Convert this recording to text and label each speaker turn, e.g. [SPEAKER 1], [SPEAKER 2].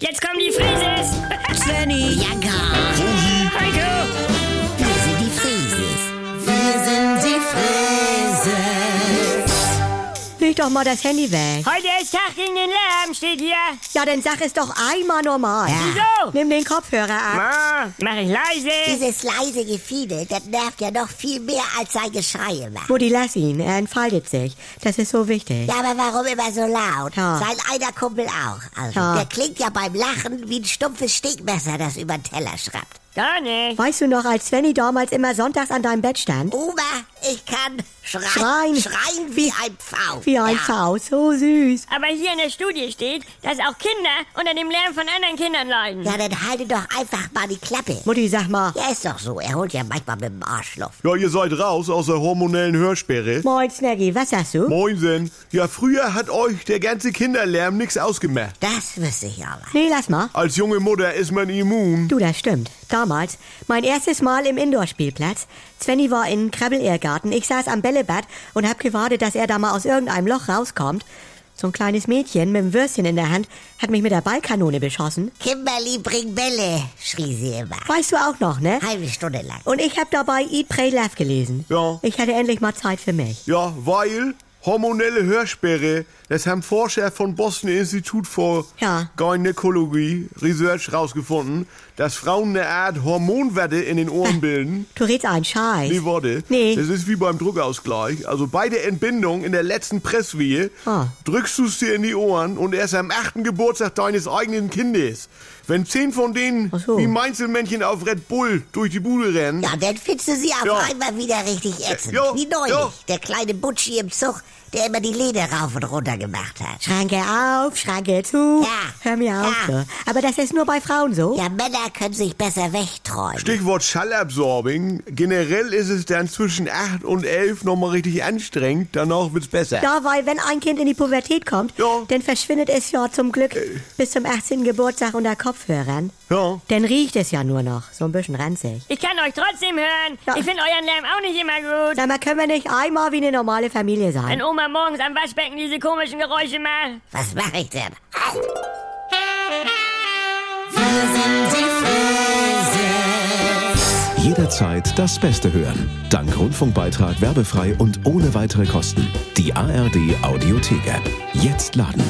[SPEAKER 1] Jetzt kommen die Frises!
[SPEAKER 2] Svenny,
[SPEAKER 3] Ja, gar.
[SPEAKER 1] Heiko!
[SPEAKER 3] Wir sind die Frieses.
[SPEAKER 2] wir sind die Frises.
[SPEAKER 4] Leg doch mal das Handy weg.
[SPEAKER 1] Heute ist Tag gegen den Lärm, steht hier!
[SPEAKER 4] Ja, dann sag es doch einmal normal.
[SPEAKER 1] Wieso?
[SPEAKER 4] Nimm den Kopfhörer ab.
[SPEAKER 1] Ma, mach ich leise!
[SPEAKER 3] Dieses leise Gefiedel, das nervt ja noch viel mehr als sein Geschrei immer.
[SPEAKER 4] Mutti, lass ihn. Er entfaltet sich. Das ist so wichtig.
[SPEAKER 3] Ja, aber warum immer so laut?
[SPEAKER 4] Ja.
[SPEAKER 3] Sein einer Kumpel auch. Also,
[SPEAKER 4] Ja.
[SPEAKER 3] der klingt ja beim Lachen wie ein stumpfes Stegmesser, das über den Teller schrappt.
[SPEAKER 1] Gar nicht!
[SPEAKER 4] Weißt du noch, als Svenny damals immer sonntags an deinem Bett stand?
[SPEAKER 3] Oma, ich kann schreien,
[SPEAKER 4] Schreien.
[SPEAKER 3] schreien wie ein Pfau.
[SPEAKER 4] Wie ein
[SPEAKER 3] Ja.
[SPEAKER 4] Faust. So süß.
[SPEAKER 1] Aber hier in der Studie steht, dass auch Kinder unter dem Lärm von anderen Kindern leiden.
[SPEAKER 3] Ja, dann halte doch einfach mal die Klappe.
[SPEAKER 4] Mutti, sag mal.
[SPEAKER 3] Ja, ist doch so. Er holt ja manchmal mit dem Arschloch.
[SPEAKER 5] Ja, ihr seid raus aus der hormonellen Hörsperre.
[SPEAKER 4] Moin, Snaggy. Was sagst du?
[SPEAKER 5] Moinsen. Ja, früher hat euch der ganze Kinderlärm nix ausgemacht.
[SPEAKER 3] Das wüsste ich aber.
[SPEAKER 4] Nee, lass mal.
[SPEAKER 5] Als junge Mutter ist man immun.
[SPEAKER 4] Du, das stimmt. Damals, mein erstes Mal im Indoor-Spielplatz. Svenny war in Krabbelirrgarten. Ich saß am Bällebad und hab gewartet, dass er da mal aus irgendeinem Loch rauskommt. So ein kleines Mädchen mit einem Würstchen in der Hand hat mich mit der Ballkanone beschossen.
[SPEAKER 3] Kimberly, bring Bälle, schrie sie immer.
[SPEAKER 4] Weißt du auch noch, ne?
[SPEAKER 3] Halbe Stunde lang.
[SPEAKER 4] Und ich hab dabei Eat, Pray, Love gelesen.
[SPEAKER 5] Ja.
[SPEAKER 4] Ich hatte endlich mal Zeit für mich.
[SPEAKER 5] Ja, weil hormonelle Hörsperre, das haben Forscher vom Boston Institut for
[SPEAKER 4] Ja.
[SPEAKER 5] Gynäkologie Research rausgefunden, dass Frauen eine Art Hormonwette in den Ohren bilden.
[SPEAKER 4] Du redst einen Scheiß.
[SPEAKER 5] Nee, warte.
[SPEAKER 4] Nee.
[SPEAKER 5] Das ist wie beim Druckausgleich. Also bei der Entbindung in der letzten Presswehe
[SPEAKER 4] Ah.
[SPEAKER 5] drückst du es dir in die Ohren und erst am achten Geburtstag deines eigenen Kindes. Wenn zehn von denen
[SPEAKER 4] Ach so.
[SPEAKER 5] wie Meinzelmännchen auf Red Bull durch die Bude rennen.
[SPEAKER 3] Ja, dann findest du sie auf
[SPEAKER 5] Ja.
[SPEAKER 3] einmal wieder richtig ätzend.
[SPEAKER 5] Ja,
[SPEAKER 3] Wie neulich,
[SPEAKER 5] ja.
[SPEAKER 3] der kleine Butschi im Zug, der immer die Leder rauf und runter gemacht hat.
[SPEAKER 4] Schranke auf, Schranke zu.
[SPEAKER 3] Ja.
[SPEAKER 4] Hör mir auf.
[SPEAKER 3] Ja.
[SPEAKER 4] so. Aber das ist nur bei Frauen so.
[SPEAKER 3] Ja, Männer können sich besser wegträumen.
[SPEAKER 5] Stichwort Schallabsorbing. Generell ist es dann zwischen acht und elf nochmal richtig anstrengend. Danach wird's besser.
[SPEAKER 4] Ja, weil wenn ein Kind in die Pubertät kommt,
[SPEAKER 5] Ja.
[SPEAKER 4] dann verschwindet es ja zum Glück
[SPEAKER 3] Äh.
[SPEAKER 4] bis zum 18. Geburtstag unter Kopfhörern.
[SPEAKER 5] Ja.
[SPEAKER 4] Dann riecht es ja nur noch, so ein bisschen ranzig.
[SPEAKER 1] Ich kann euch trotzdem hören.
[SPEAKER 4] Ja.
[SPEAKER 1] Ich finde euren Lärm auch nicht immer gut.
[SPEAKER 4] Sag mal, können wir nicht einmal wie eine normale Familie
[SPEAKER 1] Wenn
[SPEAKER 4] sein?
[SPEAKER 1] Oma morgens am Waschbecken diese komischen Geräusche macht.
[SPEAKER 3] Was mache ich denn?
[SPEAKER 6] Jederzeit das Beste hören. Dank Rundfunkbeitrag werbefrei und ohne weitere Kosten. Die ARD Audiothek App. Jetzt laden.